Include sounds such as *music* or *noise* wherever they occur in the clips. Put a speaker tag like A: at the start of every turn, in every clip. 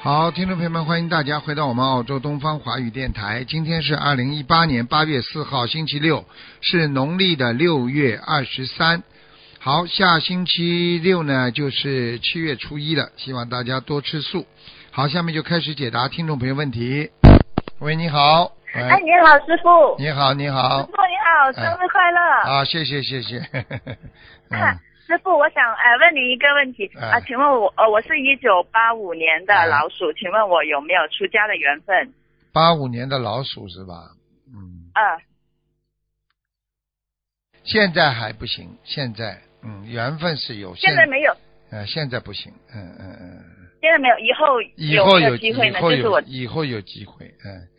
A: 好，听众朋友们，欢迎大家回到我们澳洲东方华语电台。今天是二零一八年八月四号，星期六，是农历的六月二十三。好，下星期六呢就是七月初一了，希望大家多吃素。好，下面就开始解答听众朋友问题。喂，你好。
B: 哎，
A: 喂，
B: 你好，师傅。
A: 你好，你
B: 师
A: 好哎
B: 傅。你好，生日快乐！
A: 啊，谢谢，谢 *laughs* 谢。嗯，
B: 师傅，我想呃问您一个问题
A: 哎
B: 啊、请问我呃我是一九八五年
A: 哎
B: 的老鼠，请问我有没有出家的缘分？
A: 八五年的老鼠是吧？嗯，
B: 嗯、
A: 现在还不行，现在嗯缘分是有，
B: 现在没有，
A: 呃，现在不行，嗯嗯嗯，
B: 现在没有，以后
A: 以后
B: 没有
A: 有
B: 机会
A: 以
B: 呢？
A: 后
B: 就是我
A: 有以后有机会，嗯。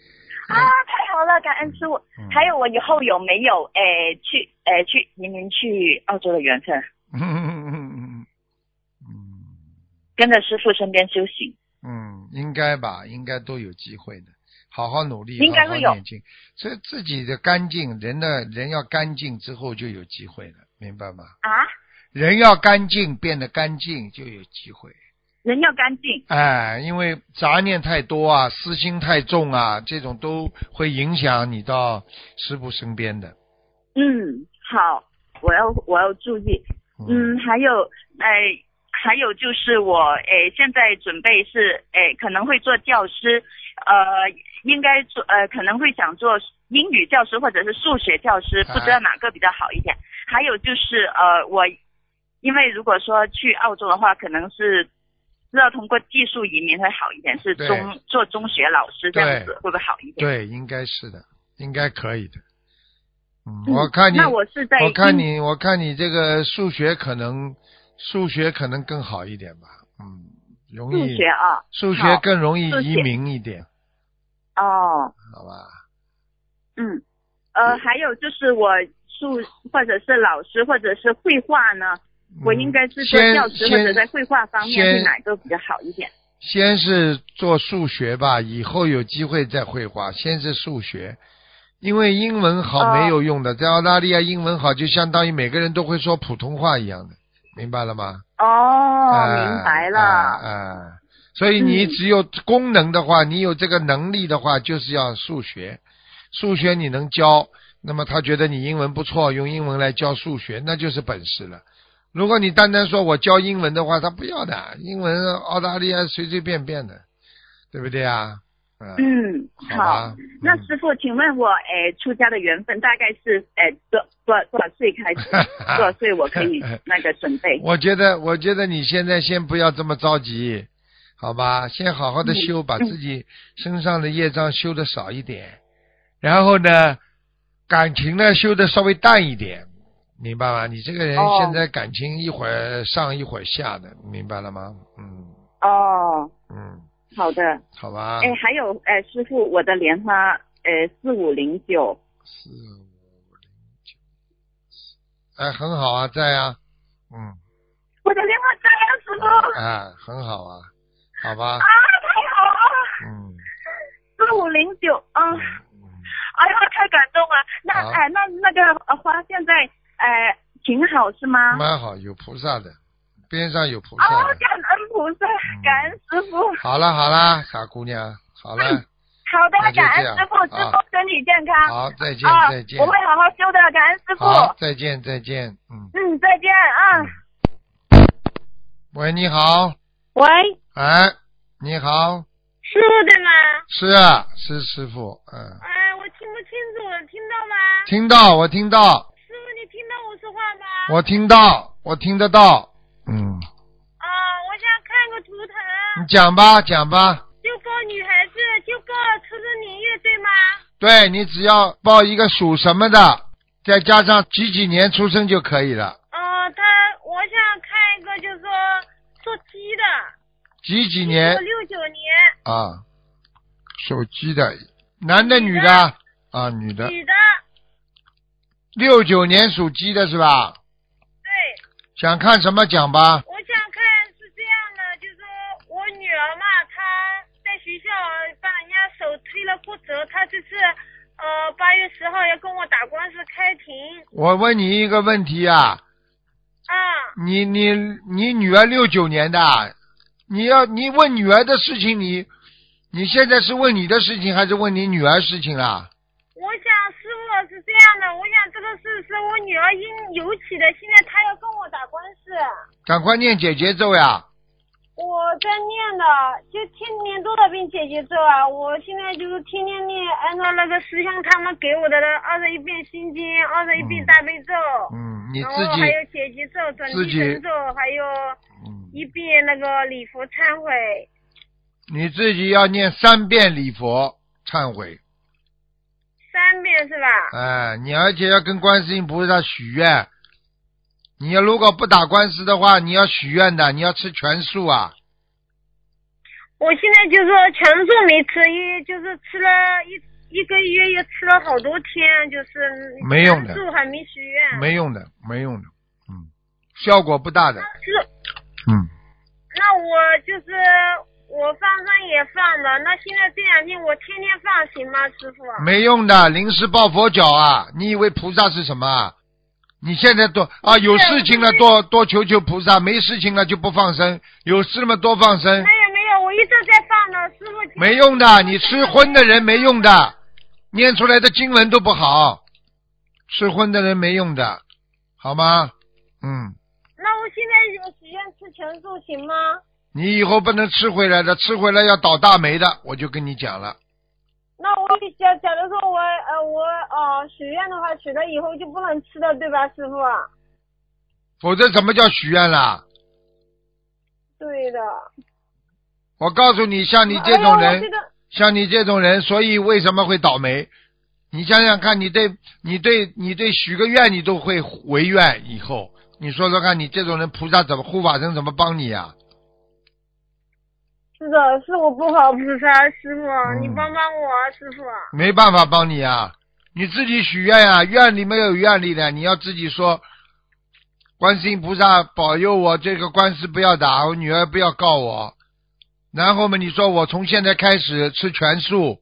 B: 啊，太好了，感恩师傅。
A: 嗯
B: 还有我以后有没有诶、呃去诶、呃去明年去澳洲的缘分？
A: 嗯嗯嗯嗯
B: 跟着师傅身边修行。
A: 嗯，应该吧，应该都有机会的。好好努力，
B: 应该会有
A: 好好念经，所以自己的干净，人的人要干净之后就有机会了，明白吗？
B: 啊，
A: 人要干净，变得干净就有机会。
B: 人要干净。
A: 哎，因为杂念太多啊，私心太重啊，这种都会影响你到师傅身边的。
B: 嗯，好，我要我要注意。嗯，还有，哎、还有就是我，哎、现在准备是，哎、可能会做教师，呃，应该做，呃，可能会想做英语教师或者是数学教师，
A: 啊
B: 不知道哪个比较好一点。还有就是，呃，我因为如果说去澳洲的话，可能是。不知道通过技术移民会好一点，是
A: 对
B: 中做中学老师这样
A: 对
B: 子会不会好一点？
A: 对，应该是的，应该可以的。嗯，
B: 嗯
A: 我看你，
B: 那我嗯是在
A: 我看
B: 英
A: 你，我看你这个数学可能，数学可能更好一点吧。嗯，容
B: 数
A: 易
B: 学啊，
A: 数学
B: 好
A: 更容易
B: 数
A: 移
B: 学
A: 民一点，
B: 哦，
A: 好吧？
B: 嗯，呃，还有就是我数或者是老师或者是绘画呢，我
A: 嗯
B: 应该是做教师或者在绘画方面
A: 先
B: 是哪个比较好一点？
A: 先是做数学吧，以后有机会再绘画。先是数学，因为英文好
B: 哦
A: 没有用的，在澳大利亚英文好就相当于每个人都会说普通话一样的，明白了吗？
B: 哦，
A: 哎
B: 明白了。
A: 哎哎所以你
B: 嗯
A: 只有功能的话，你有这个能力的话，就是要数学。数学你能教，那么他觉得你英文不错，用英文来教数学，那就是本事了。如果你单单说我教英文的话，他不要的，英文澳大利亚随随便便的，对不对啊？嗯，
B: 嗯，
A: 好
B: 好。
A: 吧。
B: 那
A: 嗯
B: 师傅，请问我诶、出家的缘分大概是诶、多多多少岁开
A: *laughs*
B: 始？多少岁我可以那个准备？
A: 我觉得，我觉得你现在先不要这么着急，好吧？先好好的修，把自己身上的业障修的少一点，然后呢，感情呢修的稍微淡一点，明白吗？你这个人
B: 哦
A: 现在感情一会儿上一会儿下的，明白了吗？嗯
B: 哦，
A: 嗯，
B: 好的。
A: 好吧
B: 诶、。还有诶、师傅，我的莲花诶四五零九
A: 四五零九，哎，很好啊，在啊，嗯，
B: 我的莲花在啊，师傅啊，
A: 哎，很好啊，好吧，
B: 太好了。
A: 嗯。
B: 四五零九，嗯，
A: 嗯啊
B: 哎呀，太感动了。那
A: 好
B: 哎，那那个呃花现在哎挺好是吗？
A: 蛮好，有菩萨的，边上有菩萨
B: 哦，
A: 的。嗯
B: 感恩菩萨，感恩师傅。
A: 好了好了，傻姑娘，好了，
B: 好的
A: 那，就这
B: 感恩
A: 样
B: 师傅，师
A: 啊
B: 傅身体健康。
A: 好，再见
B: 啊
A: 再见
B: 我，会好好修的，感恩师傅。
A: 好，再见再见，嗯。
B: 嗯，再见啊。
A: 喂，你好，
C: 喂，
A: 哎，你好，
C: 师傅对吗？
A: 是啊，是师傅，嗯，
C: 哎，我听不清楚，听到吗？
A: 听到我听到
C: 师傅，你听到我说话吗？
A: 我听到我听得到，嗯，
C: 啊，我想看个图腾，
A: 你讲吧讲吧，
C: 就报女孩子，就报出生年月对吗？
A: 对你只要报一个属什么的，再加上几几年出生就可以了，
C: 呃，他我想看一个，就是说做鸡的，
A: 几几
C: 一
A: 年
C: 九六九年，
A: 啊，手机的，男的
C: 女
A: 女
C: 的
A: 的啊，女的，
C: 女的，
A: 六九年属鸡的是吧？
C: 对，
A: 想看什么讲吧？
C: 我想看是这样的，就是说我女儿嘛，她在学校帮人家手推了骨折，她这次呃八月十号要跟我打官司开庭。
A: 我问你一个问题啊，
C: 啊，
A: 你你你女儿六九年的啊，你要你问女儿的事情，你你现在是问你的事情，还是问你女儿事情啊啦？
B: 我想师傅是这样的，我想这个事是我女儿因有起的，现在她要跟我打官司，
A: 赶快念解结咒呀！
B: 我在念的，就天天都在背姐姐咒啊，我现在就是天天念，按照那个师兄他们给我的那二十一遍心经，二十一遍大悲咒，
A: 嗯，你
B: 然
A: 自
B: 后
A: 己
B: 还有姐姐咒、准
A: 自
B: 提
A: 己
B: 神咒，还有
A: 嗯
B: 一遍那个礼佛忏悔。
A: 你自己要念三遍礼佛忏悔，
B: 三遍是吧？
A: 哎，你而且要跟观世音菩萨许愿。你要如果不打官司的话，你要许愿的，你要吃全素啊。
B: 我现在就是全素没吃，一就是吃了一一个月，又吃了好多天，就是
A: 没用的
B: 全素还没许愿。
A: 没用的，没用的，嗯，效果不大的，
B: 是，
A: 嗯，
B: 那我就是我放生也放了，那现在这两天我天天放行吗，师傅？啊
A: 没用的，临时抱佛脚啊！你以为菩萨是什么啊？你现在多啊，有事情了多多求求菩萨，没事情了就不放生，有事了多放生，
B: 没有没有，我一直在放的，师傅。
A: 没用的，你吃荤的人没用的，念出来的经文都不好，吃荤的人没用的，好吗？嗯，
B: 那我现在有许愿吃全素行吗？
A: 你以后不能吃回来的，吃回来要倒大霉的，我就跟你讲了。
B: 那我也假假如说我呃我呃许愿的话，许了以后就不能吃了，对吧，师傅？啊
A: 否则怎么叫许愿啦？
B: 对的。
A: 我告诉你，像你这种
B: 哎呦
A: 人，
B: 我这个
A: 像你这种人，所以为什么会倒霉？你想想看，你对你对你对许个愿，你都会违愿。以后你说说看，你这种人，菩萨怎么护法神怎么帮你啊呀、
B: 是的，是我不好，不是他师傅，你
A: 嗯
B: 帮帮我啊，师傅。
A: 没办法帮你啊，你自己许愿呀、愿里没有愿力的，你要自己说。观世音菩萨保佑我这个官司不要打，我女儿不要告我。然后嘛，你说我从现在开始吃全素，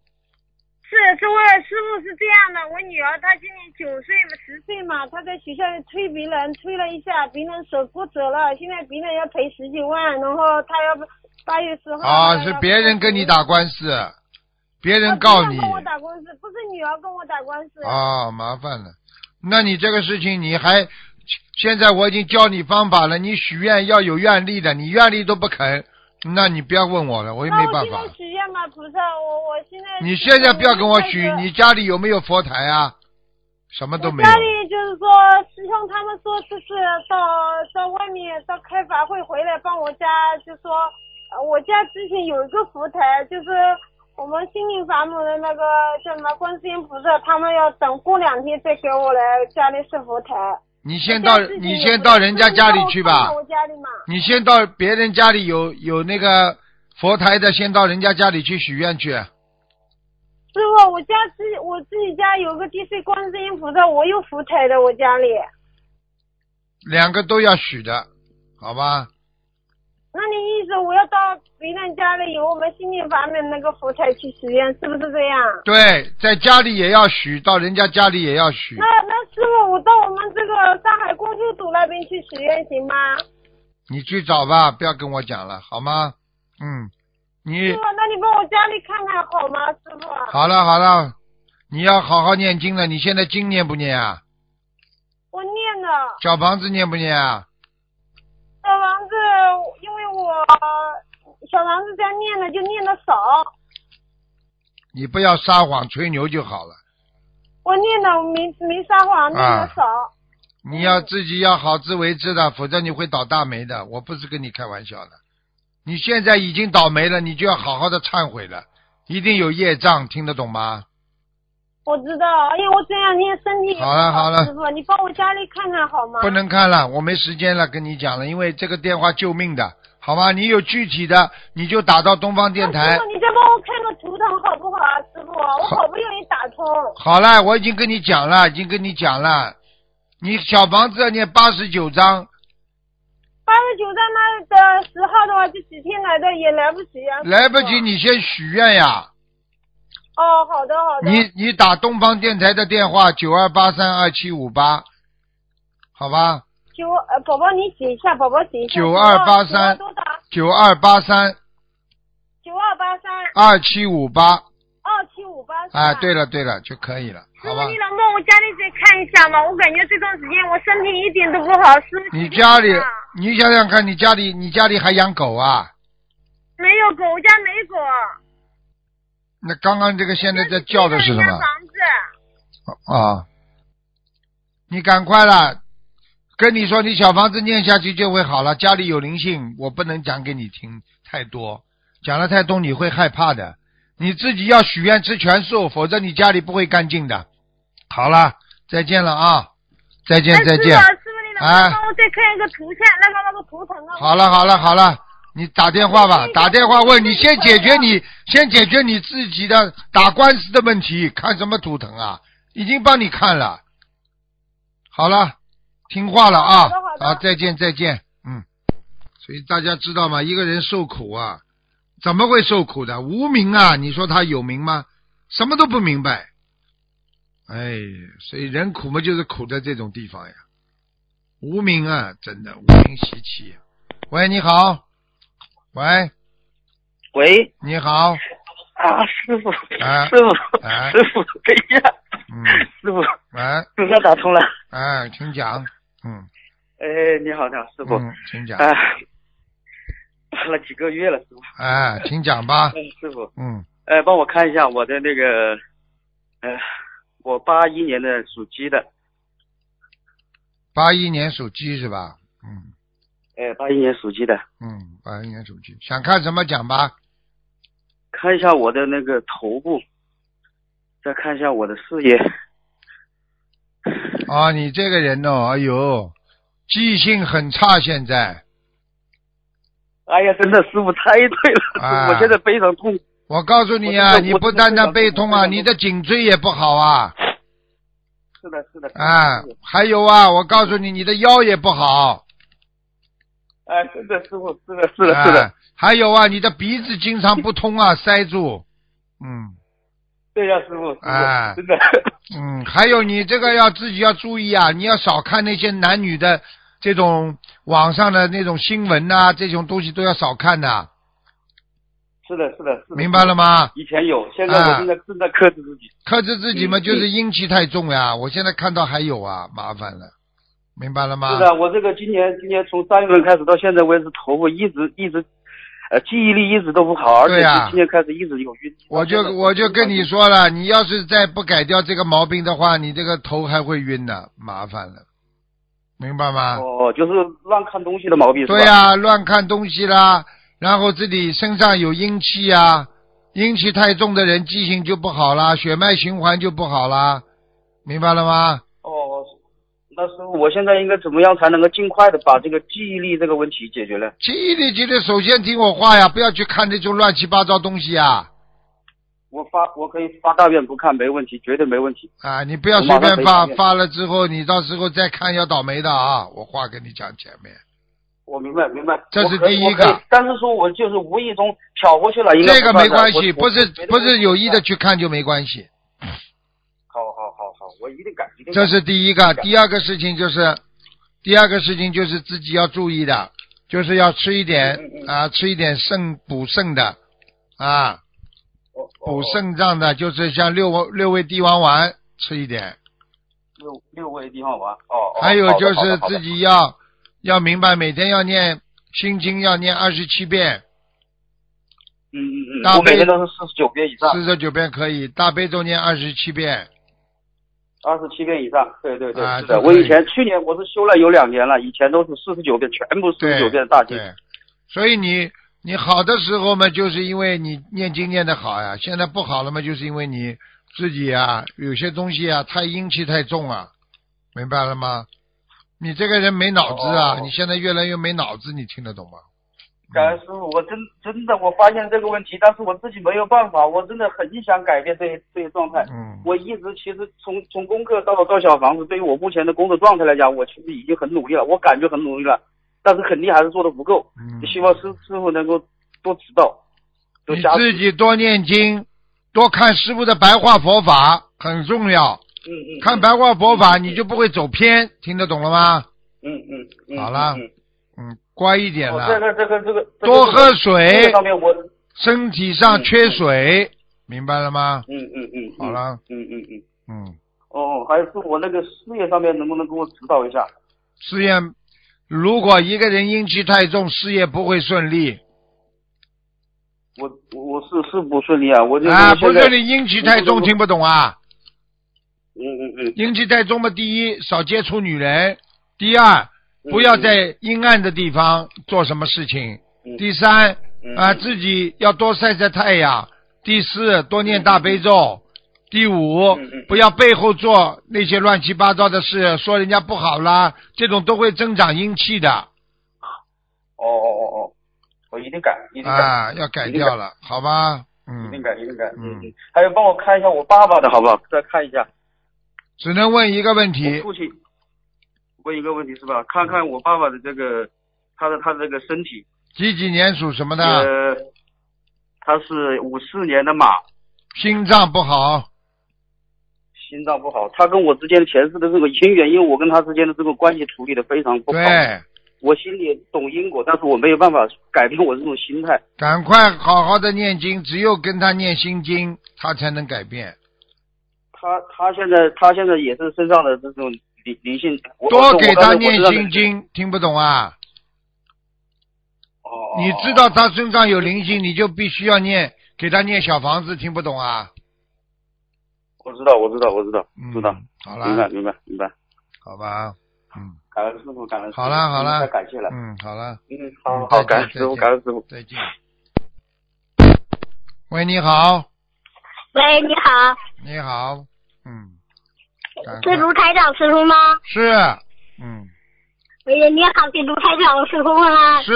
B: 是，是我师傅是这样的，我女儿她今年九岁嘛，十岁嘛，她在学校里推别人，推了一下，别人手骨折了，现在别人要赔十几万，然后她要不八月十号
A: 啊，
B: 她
A: 是
B: 要
A: 别人跟你
B: 啊，
A: 打官司，别
B: 别
A: 人告你
B: 跟我打官司，不是女儿跟我打官司。
A: 啊，麻烦了。那你这个事情你还，现在我已经教你方法了，你许愿要有愿力的，你愿力都不肯，那你不要问我了，我也没
B: 那我
A: 办
B: 现
A: 法
B: 在。许愿嘛，菩萨，我我现在
A: 你现在不要跟我许，
B: 开始
A: 你家里有没有佛台啊？什么都没
B: 我
A: 有
B: 家。里就是说，师兄他们说，就是到到外面到开法会回来帮我家，就说呃我家之前有一个佛台，就是我们心灵法门的那个叫什么观世音菩萨，他们要等过两天再给我来家里设佛台。
A: 你先到
B: 我家之前
A: 你
B: 有
A: 先
B: 佛
A: 到
B: 台
A: 人家
B: 就是
A: 家里
B: 让我
A: 去
B: 放
A: 吧
B: 到，我家里嘛。
A: 你先到别人家里有有那个佛台的，先到人家家里去许愿去。
B: 师傅，我家自己我自己家有个地水观世音菩萨，我有佛台的，我家里。
A: 两个都要许的，好吧？
B: 那你意思我要到别人家里有我们心灵法门那个佛台去许愿，是不是这样？
A: 对，在家里也要许，到人家家里也要许
B: 那。那师傅，我到我们这个上海公修组那边去许愿行吗？
A: 你去找吧，不要跟我讲了，好吗？嗯，
B: 师
A: 你
B: 傅，那你帮我家里看看好吗，师傅？
A: 好了好了，你要好好念经了。你现在经念不念啊？
B: 我念的
A: 小房子念不念啊？
B: 小房子，因为我小房子在念的就念的少，
A: 你不要撒谎吹牛就好了。
B: 我念的我没没撒
A: 啊
B: 谎，念的少。
A: 你要自己要好自为之的，否则你会倒大霉的。我不是跟你开玩笑的。你现在已经倒霉了，你就要好好的忏悔了，一定有业障，听得懂吗？
B: 我知道，因为我这两天身体也不
A: 好了好了
B: 师傅，你帮我家里看看好吗？
A: 不能看了，我没时间了，跟你讲了，因为这个电话救命的，好吗？你有具体的，你就打到东方电
B: 那
A: 台
B: 师傅，。你再帮我看个图腾好不好啊，师傅？我好不容易打通。
A: 好了，我已经跟你讲了，已经跟你讲了，你小房子要念八十九章，
B: 八十九在那的十号的话，这几天来的也来不及啊。
A: 来不及，你先许愿呀。
B: 哦，好的好的。
A: 你你打东方电台的电话九二八三二七五八，好吧？
B: 九呃，宝宝你写一下，宝宝写一下。
A: 9283
B: 多少？
A: 九二八三
B: 九二八三
A: 二七五八。
B: 二七五八。啊
A: 哎，啊对了对了，就可以了，
B: 师
A: 好吧
B: 嗯傅，你？能帮我家里再看一下吗？我感觉这段时间我身体一点都不好，师傅。
A: 你家里，
B: 啊
A: 你想想看，你家里，你家里还养狗啊？
B: 没有狗，我家没狗。
A: 那刚刚这个现在在叫的是什
B: 我家
A: 么
B: 里？房子，
A: 啊，你赶快啦！跟你说，你小房子念下去就会好了。家里有灵性，我不能讲给你听太多，讲了太多你会害怕的。你自己要许愿吃全素，否则你家里不会干净的。好了，再见了啊！再见
B: 哎
A: 再见。
B: 师傅，师傅，你能不
A: 哎
B: 能帮我再看一个图像，那个那个图腾啊？
A: 好了好了好了，你打电话吧，打电话问你先解决你先解决你自己的打官司的问题，看什么图腾啊？已经帮你看了，好了，听话了啊
B: 好的好，的
A: 啊，再见再见，嗯。所以大家知道吗？一个人受苦啊，怎么会受苦的？无名啊，你说他有名吗？什么都不明白。哎，所以人苦嘛，就是苦在这种地方呀。无名啊，真的无名习气、啊喂，你好。喂，
D: 喂，
A: 你好。
D: 啊，师傅，
A: 啊
D: *laughs* 师傅，
A: 啊
D: 师傅，等一下，
A: 嗯，
D: *laughs* 师傅，
A: 喂，
D: 刚刚打通了。
A: 哎，请讲。嗯，
D: 哎，你好，你好，师傅，
A: 嗯，请讲。
D: 啊，打了几个月了，师傅，
A: 哎，请讲吧。
D: 哎，师傅，
A: 嗯，
D: 哎，帮我看一下我的那个，呃，我八一年的属鸡的，
A: 八一年属鸡是吧？嗯
D: 哎，八一年属鸡的，
A: 嗯，八一年属鸡，想看什么讲吧。
D: 看一下我的那个头部，再看一下我的事业，
A: 啊，你这个人哦，哎呦，记性很差，现在。
D: 哎呀，真的，师傅太对了，师傅
A: 啊
D: 我现在非常痛苦。
A: 我告诉你啊，
D: 我知道
A: 你
D: 我
A: 不
D: 知道
A: 单单背
D: 非常
A: 痛啊，
D: 非常
A: 你的颈椎也不好啊。
D: 是的，是的。是的
A: 啊
D: 师傅，
A: 还有啊，我告诉你，你的腰也不好。
D: 哎，真的，师傅，是的，是的，是的。
A: 哎还有啊，你的鼻子经常不通啊，塞住。嗯。
D: 对呀、师傅，师傅
A: 哎
D: 真的， *laughs*
A: 嗯，还有你这个要自己要注意啊，你要少看那些男女的这种网上的那种新闻呐、这种东西都要少看的，
D: 是的，是的，是的。
A: 明白了吗？
D: 以前有，现在
A: 哎
D: 我现在正在克制自己。
A: 克制自己嘛，
D: 嗯
A: 就是阴气太重呀、我现在看到还有啊，麻烦了，明白了吗？
D: 是的，我这个今年今年从三月份开始到现在为止，头部一直一直，呃，记忆力一直都不好，而
A: 对
D: 且
A: 呀
D: 从今年开始一直有晕。
A: 我就
D: 到现在
A: 我就跟你，说了，你要是再不改掉这个毛病的话，你这个头还会晕的，麻烦了，明白吗？
D: 哦，就是乱看东西的毛病。是吧
A: 对、呀、乱看东西啦，然后自己身上有阴气呀、阴气太重的人记性就不好啦，血脉循环就不好啦，明白了吗？
D: 哦，那师傅，我现在应该怎么样才能够尽快的把这个记忆力这个问题解决呢？
A: 记忆力记得首先听我话呀，不要去看那种乱七八糟东西呀、
D: 我发我可以发大愿不看，没问题，绝对没问题。
A: 啊！你不要随便发，发了之后你到时候再看要倒霉的啊！我话跟你讲前面，
D: 我明白，明白。
A: 这是
D: 我可以
A: 第一
D: 我可以
A: 个
D: 但是说我就是无意中挑过去了，应该
A: 这个
D: 不算
A: 没
D: 的
A: 关系，
D: 我我
A: 不是
D: 绝对
A: 不是有意的。去看就没关系，
D: 啊好好好好，我一定改，一定改。
A: 这是第一个。第二个事情就是，第二个事情就是自己要注意的，就是要吃一点
D: 嗯嗯嗯
A: 啊，吃一点肾补肾的啊，
D: 哦
A: 补肾脏的，就是像六六味地黄丸吃一点，
D: 六六味地黄丸。哦哦。
A: 还有
D: 好的
A: 就
D: 好的
A: 是
D: 好的
A: 自己要要明白，每天要念心经，要念二十七遍，
D: 嗯嗯
A: 大
D: 嗯，我每
A: 悲
D: 天都是四十九遍以上，
A: 四十九遍可以，大悲咒念二十七遍，
D: 二十七遍以上。对对对，
A: 啊
D: 是
A: 这
D: 的。
A: 可
D: 我以
A: 以
D: 前去年我是修了有两年了，以前都是四十九遍，全部四
A: 对
D: 十九遍的大经。
A: 对，所以你你好的时候嘛，就是因为你念经念得好呀；现在不好了嘛，就是因为你自己啊，有些东西啊太阴气太重啊，明白了吗？你这个人没脑子啊！
D: 哦
A: 你现在越来越没脑子，你听得懂吗？
D: 感恩师傅，我真真的我发现这个问题，但是我自己没有办法，我真的很想改变这一这一状态。
A: 嗯，
D: 我一直其实从从功课到到小房子，对于我目前的工作状态来讲，我其实已经很努力了，我感觉很努力了，但是肯定还是做的不够。
A: 嗯
D: 希望师师傅能够多指导，多
A: 你
D: 加嗯持
A: 自己多念经，多看师傅的白话佛法很重要。
D: 嗯嗯，
A: 看白话佛法，你就不会走偏，听得懂了吗？
D: 嗯嗯嗯，
A: 好啦
D: 嗯嗯
A: 嗯，乖一点
D: 哦这
A: 了，
D: 个这个这个这个
A: 多喝
D: 这个
A: 水
D: 上，面我
A: 身体上缺水，明白了吗？
D: 嗯嗯嗯，
A: 好了，
D: 嗯嗯嗯，
A: 嗯，
D: 哦，还有是我那个事业上面能不能给我指导一下？
A: 事业如果一个人阴气太重，事业不会顺利
D: 我我是是不顺利啊，我就
A: 啊，
D: 我
A: 不
D: 现在
A: 是你阴气太重，听不懂啊？
D: 嗯嗯嗯
A: 阴气太重嘛，第一少接触女人，第二不要在阴暗的地方做什么事情，
D: 嗯
A: 第三
D: 嗯
A: 啊自己要多晒晒太阳，第四多念大悲咒，第五
D: 嗯嗯
A: 不要背后做那些乱七八糟的事，说人家不好啦，这种都会增长阴气的
D: 哦哦哦哦，我一定改，一定改，
A: 啊，要改掉了，好吧？
D: 一定
A: 嗯，
D: 改，一定改。
A: 嗯
D: 嗯，还有帮我看一下我爸爸的好不好？再看一下，
A: 只能问一个问
D: 我
A: 题，
D: 父亲。问一个问题是吧？看看我爸爸的这个，他的他的这个身体，
A: 几几年属什么的？
D: 呃，他是五四年的马，
A: 心脏不好，
D: 心脏不好。他跟我之间的前世的这个因缘，因为我跟他之间的这个关系处理的非常不好。
A: 对。
D: 我心里懂因果，但是我没有办法改变我这种心态。
A: 赶快好好的念经，只有跟他念心经，他才能改变。
D: 他他现在他现在也是身上的这种灵灵性，我
A: 多给他
D: 我刚才我
A: 念
D: 知道
A: 心经，听不懂啊？
D: 哦，
A: 你知道他身上有灵性，你就必须要念，给他念小房子，听不懂啊？
D: 我知道，我知道，我知道，
A: 嗯
D: 知道，，
A: 好
D: 明白，
A: 了，
D: 明白，明白。
A: 好吧，嗯
D: 感恩师傅，感恩师傅
A: 好了好了
D: 太感谢了。
A: 嗯，好了，
D: 嗯，好
A: 嗯再
D: 好，
A: 见
D: 感恩师
A: 再
D: 傅，
A: 见
D: 感恩师傅。
A: 再见。喂，你好，
E: 喂，你好，
A: 你好，嗯，赶快
E: 是卢台长师傅吗？
A: 是，嗯，
E: 喂，你好，是卢台长师傅吗？
A: 是，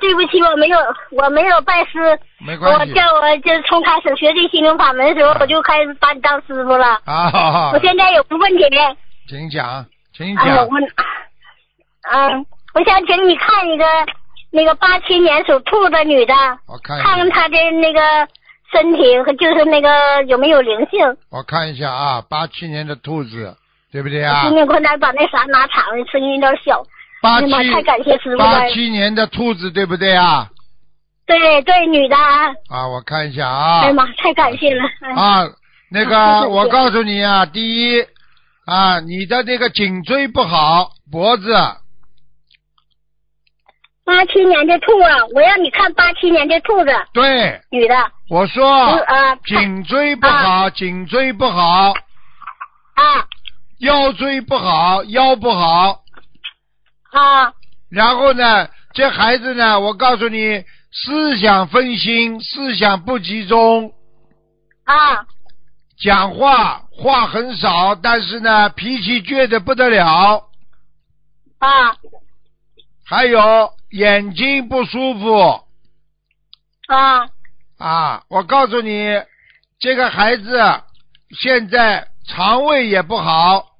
E: 对不起，我没有，我没有拜师，
A: 没
E: 我
A: 关系
E: 叫我就从开始学这心灵法门的时候
A: 嗯，
E: 我就开始把你当师傅了。
A: 啊，好好
E: 我，现在有个问题，
A: 请讲，请
E: 啊，
A: 讲
E: 我，问，嗯，我想请你看一个那个八七年属兔的女的，
A: 我看一
E: 看看
A: 下，
E: 她的那个身体和就是那个有没有灵性，
A: 我看一下啊，八七年的兔子，对不对啊？
E: 今天困难把那啥拿长了，声音有点小。
A: 八七
E: 哎呀妈太感谢师傅
A: 八
E: 了。
A: 七年的兔子对不对啊？
E: 对对，女的啊，
A: 啊，我看一下啊
E: 哎呀妈，太感谢了。哎
A: 啊，那
E: 啊
A: 个
E: 谢谢
A: 我告诉你啊，第一啊，你的这个颈椎不好，脖子
E: 八七年的兔啊，我让你看八七年的兔子，
A: 对
E: 女的，
A: 我
E: 不
A: 说
E: 是，啊
A: 颈椎不好，颈椎不好，
E: 啊
A: 腰椎不好，腰不好，
E: 啊
A: 然后呢，这孩子呢，我告诉你，思想分心，思想不集中，
E: 啊
A: 讲话话很少，但是呢，脾气倔得不得了。
E: 啊
A: 还有眼睛不舒服
E: 啊
A: 啊！我告诉你，这个孩子现在肠胃也不好，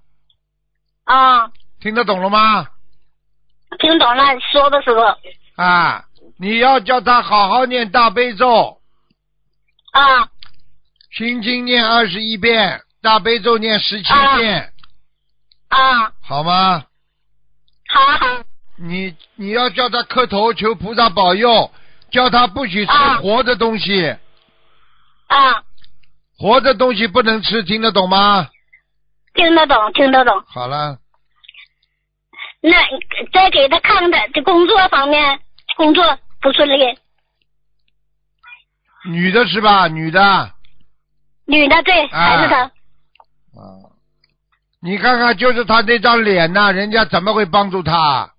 E: 啊，
A: 听得懂了吗？
E: 听懂了，说吧，师傅。
A: 啊，你要叫他好好念大悲咒，
E: 啊
A: 心经念二十一遍，大悲咒念十七遍，
E: 啊，
A: 好吗？
E: 好好
A: 你你要叫他磕头求菩萨保佑，叫他不许吃
E: 啊
A: 活的东西，
E: 啊，
A: 活的东西不能吃，听得懂吗？
E: 听得懂，听得懂。
A: 好了，
E: 那再给他看看这工作方面，工作不顺利，
A: 女的是吧？女的。
E: 女的对，还是
A: 啊
E: 她
A: 啊，你看看，就是他这张脸呐、人家怎么会帮助他？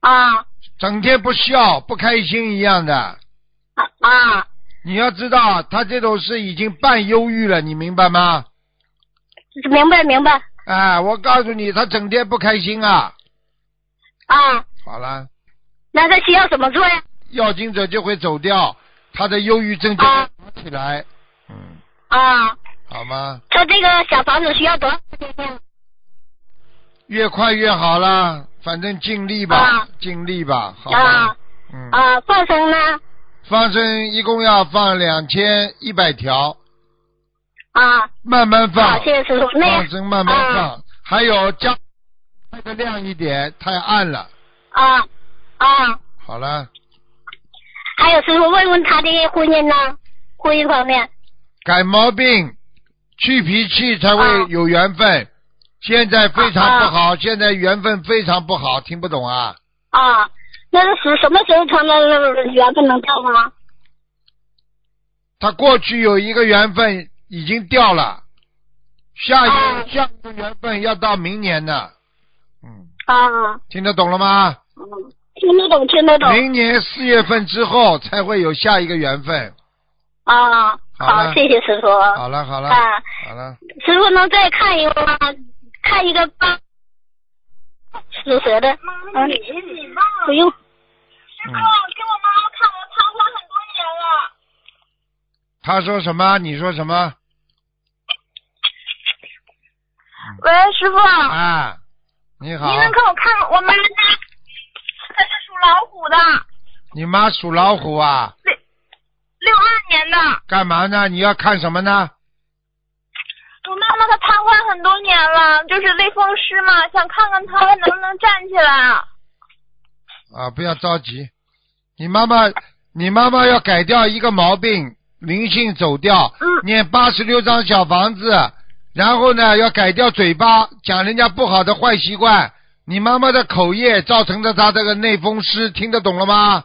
E: 啊
A: 整天不笑、不开心一样的。
E: 啊啊
A: 你要知道，他这种事已经半忧郁了，你明白吗？
E: 明白明白
A: 哎，我告诉你，他整天不开心啊。
E: 啊，
A: 好了，
E: 那他需要怎么做呀？
A: 要经者就会走掉，他的忧郁症就会
E: 啊
A: 好起来。嗯，
E: 啊，
A: 好吗？
E: 他这个小房子需要多少时间？
A: 越快越好啦，反正尽力吧，
E: 啊
A: 尽力吧，好吧。
E: 啊
A: 嗯，
E: 啊，放生呢？
A: 放生一共要放两千一百条。
E: 啊，
A: 慢慢放
E: 好，，谢谢师傅。那
A: 放
E: 样
A: 生慢慢
E: 啊
A: 放，还有加开的亮一点，太暗了，
E: 啊啊啊，
A: 好了，
E: 还有师傅问问他的婚姻呢，婚姻方面
A: 改毛病，去脾气才
E: 啊
A: 会有缘分。现在非常
E: 啊
A: 不好，现在缘分非常不好，听不懂啊？
E: 啊，那是什什么时候才能缘分能到吗？
A: 他过去有一个缘分已经掉了，下一个、
E: 啊
A: 下一个缘分要到明年呢。嗯，
E: 啊，
A: 听得懂了吗？
E: 嗯，听得懂，听得懂
A: 明年四月份之后才会有下一个缘分。
E: 啊。
A: 好了
E: 好，谢谢师傅。
A: 好了好了、
E: 啊，
A: 好了，
E: 师傅能再看一个吗？看一个八属蛇的，嗯，不用，
A: 嗯，他说什么？你说什么？
E: 喂，师傅，
A: 啊，你好，
E: 我看我妈呢？她是属老虎的，
A: 你妈属老虎啊？
E: 六二年的。
A: 干嘛呢？你要看什么呢？
E: 我妈妈她瘫痪很多年了，就是类风湿嘛，想看看她还能不能站起来。
A: 啊，不要着急，你妈妈，你妈妈要改掉一个毛病，灵性走掉，念八十六张小房子，然后呢，要改掉嘴巴讲人家不好的坏习惯。你妈妈的口业造成的她这个内风湿，听得懂了吗？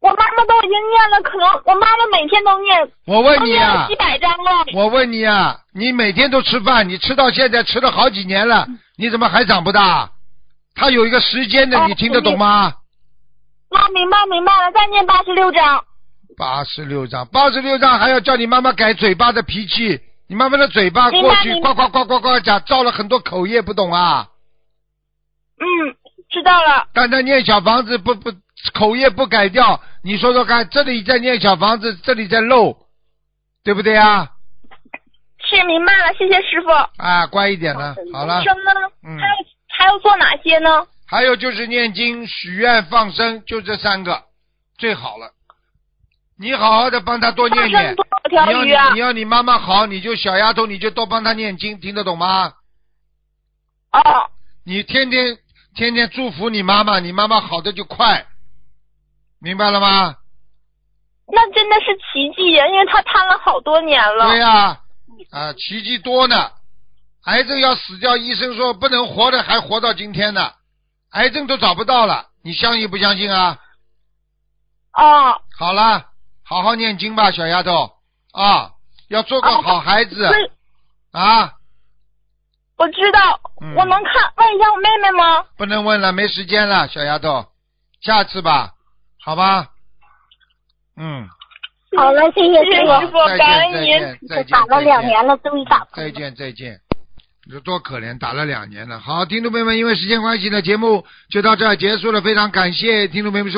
E: 我妈妈都已经念了，可能我妈妈每天都念，
A: 我
E: 都
A: 问你
E: 念了
A: 啊
E: 几，百张了。
A: 我问你啊，你每天都吃饭，你吃到现在吃了好几年了，你怎么还长不大？它有一个时间的，
E: 哦
A: 你听得懂吗？
E: 那明白明白了，再念八十六章。
A: 八十六张，八十六张还要叫你妈妈改嘴巴的脾气。你妈妈的嘴巴
E: 明白
A: 过去
E: 明
A: 呱
E: 白
A: 呱呱呱呱讲，造了很多口业，不懂啊？
E: 嗯，知道了。
A: 但他念小房子不不口业不改掉，你说说看，这里在念小房子，这里在漏，对不对啊？
E: 是明白了，谢谢师傅。
A: 啊，乖一点了，好了。
E: 生呢？
A: 嗯
E: 还有还要做哪些呢？
A: 还有就是念经、许愿、放生，就这三个最好了。你好好的帮他多念
E: 放生
A: 念
E: 多。少
A: 你要
E: 条鱼啊
A: 你你？要你妈妈好，你就小丫头，你就多帮她念经，听得懂吗？
E: 哦，
A: 你天天天天祝福你妈妈，你妈妈好的就快，明白了吗？
E: 那真的是奇迹呀，因为她瘫了好多年了。
A: 对呀、啊，奇迹多呢。癌症要死掉，医生说不能活的，还活到今天呢，癌症都找不到了，你相信不相信啊？
E: 哦，
A: 好啦，好好念经吧，小丫头啊，要做个好孩子
E: 那
A: 啊！
E: 我知道，
A: 嗯
E: 我能看问一下我妹妹吗？
A: 不能问了，没时间了，小丫头，下次吧，好吧？嗯，
E: 好了，谢谢师
A: 好
E: 傅。
A: 再见，再见，再见，
E: 打了两
A: 再见
E: 年了，终于打通
A: 再
E: 了。
A: 见再见。你说多可怜，打了两年了。好，听众朋友们，因为时间关系呢，节目就到这儿结束了。非常感谢听众朋友们收。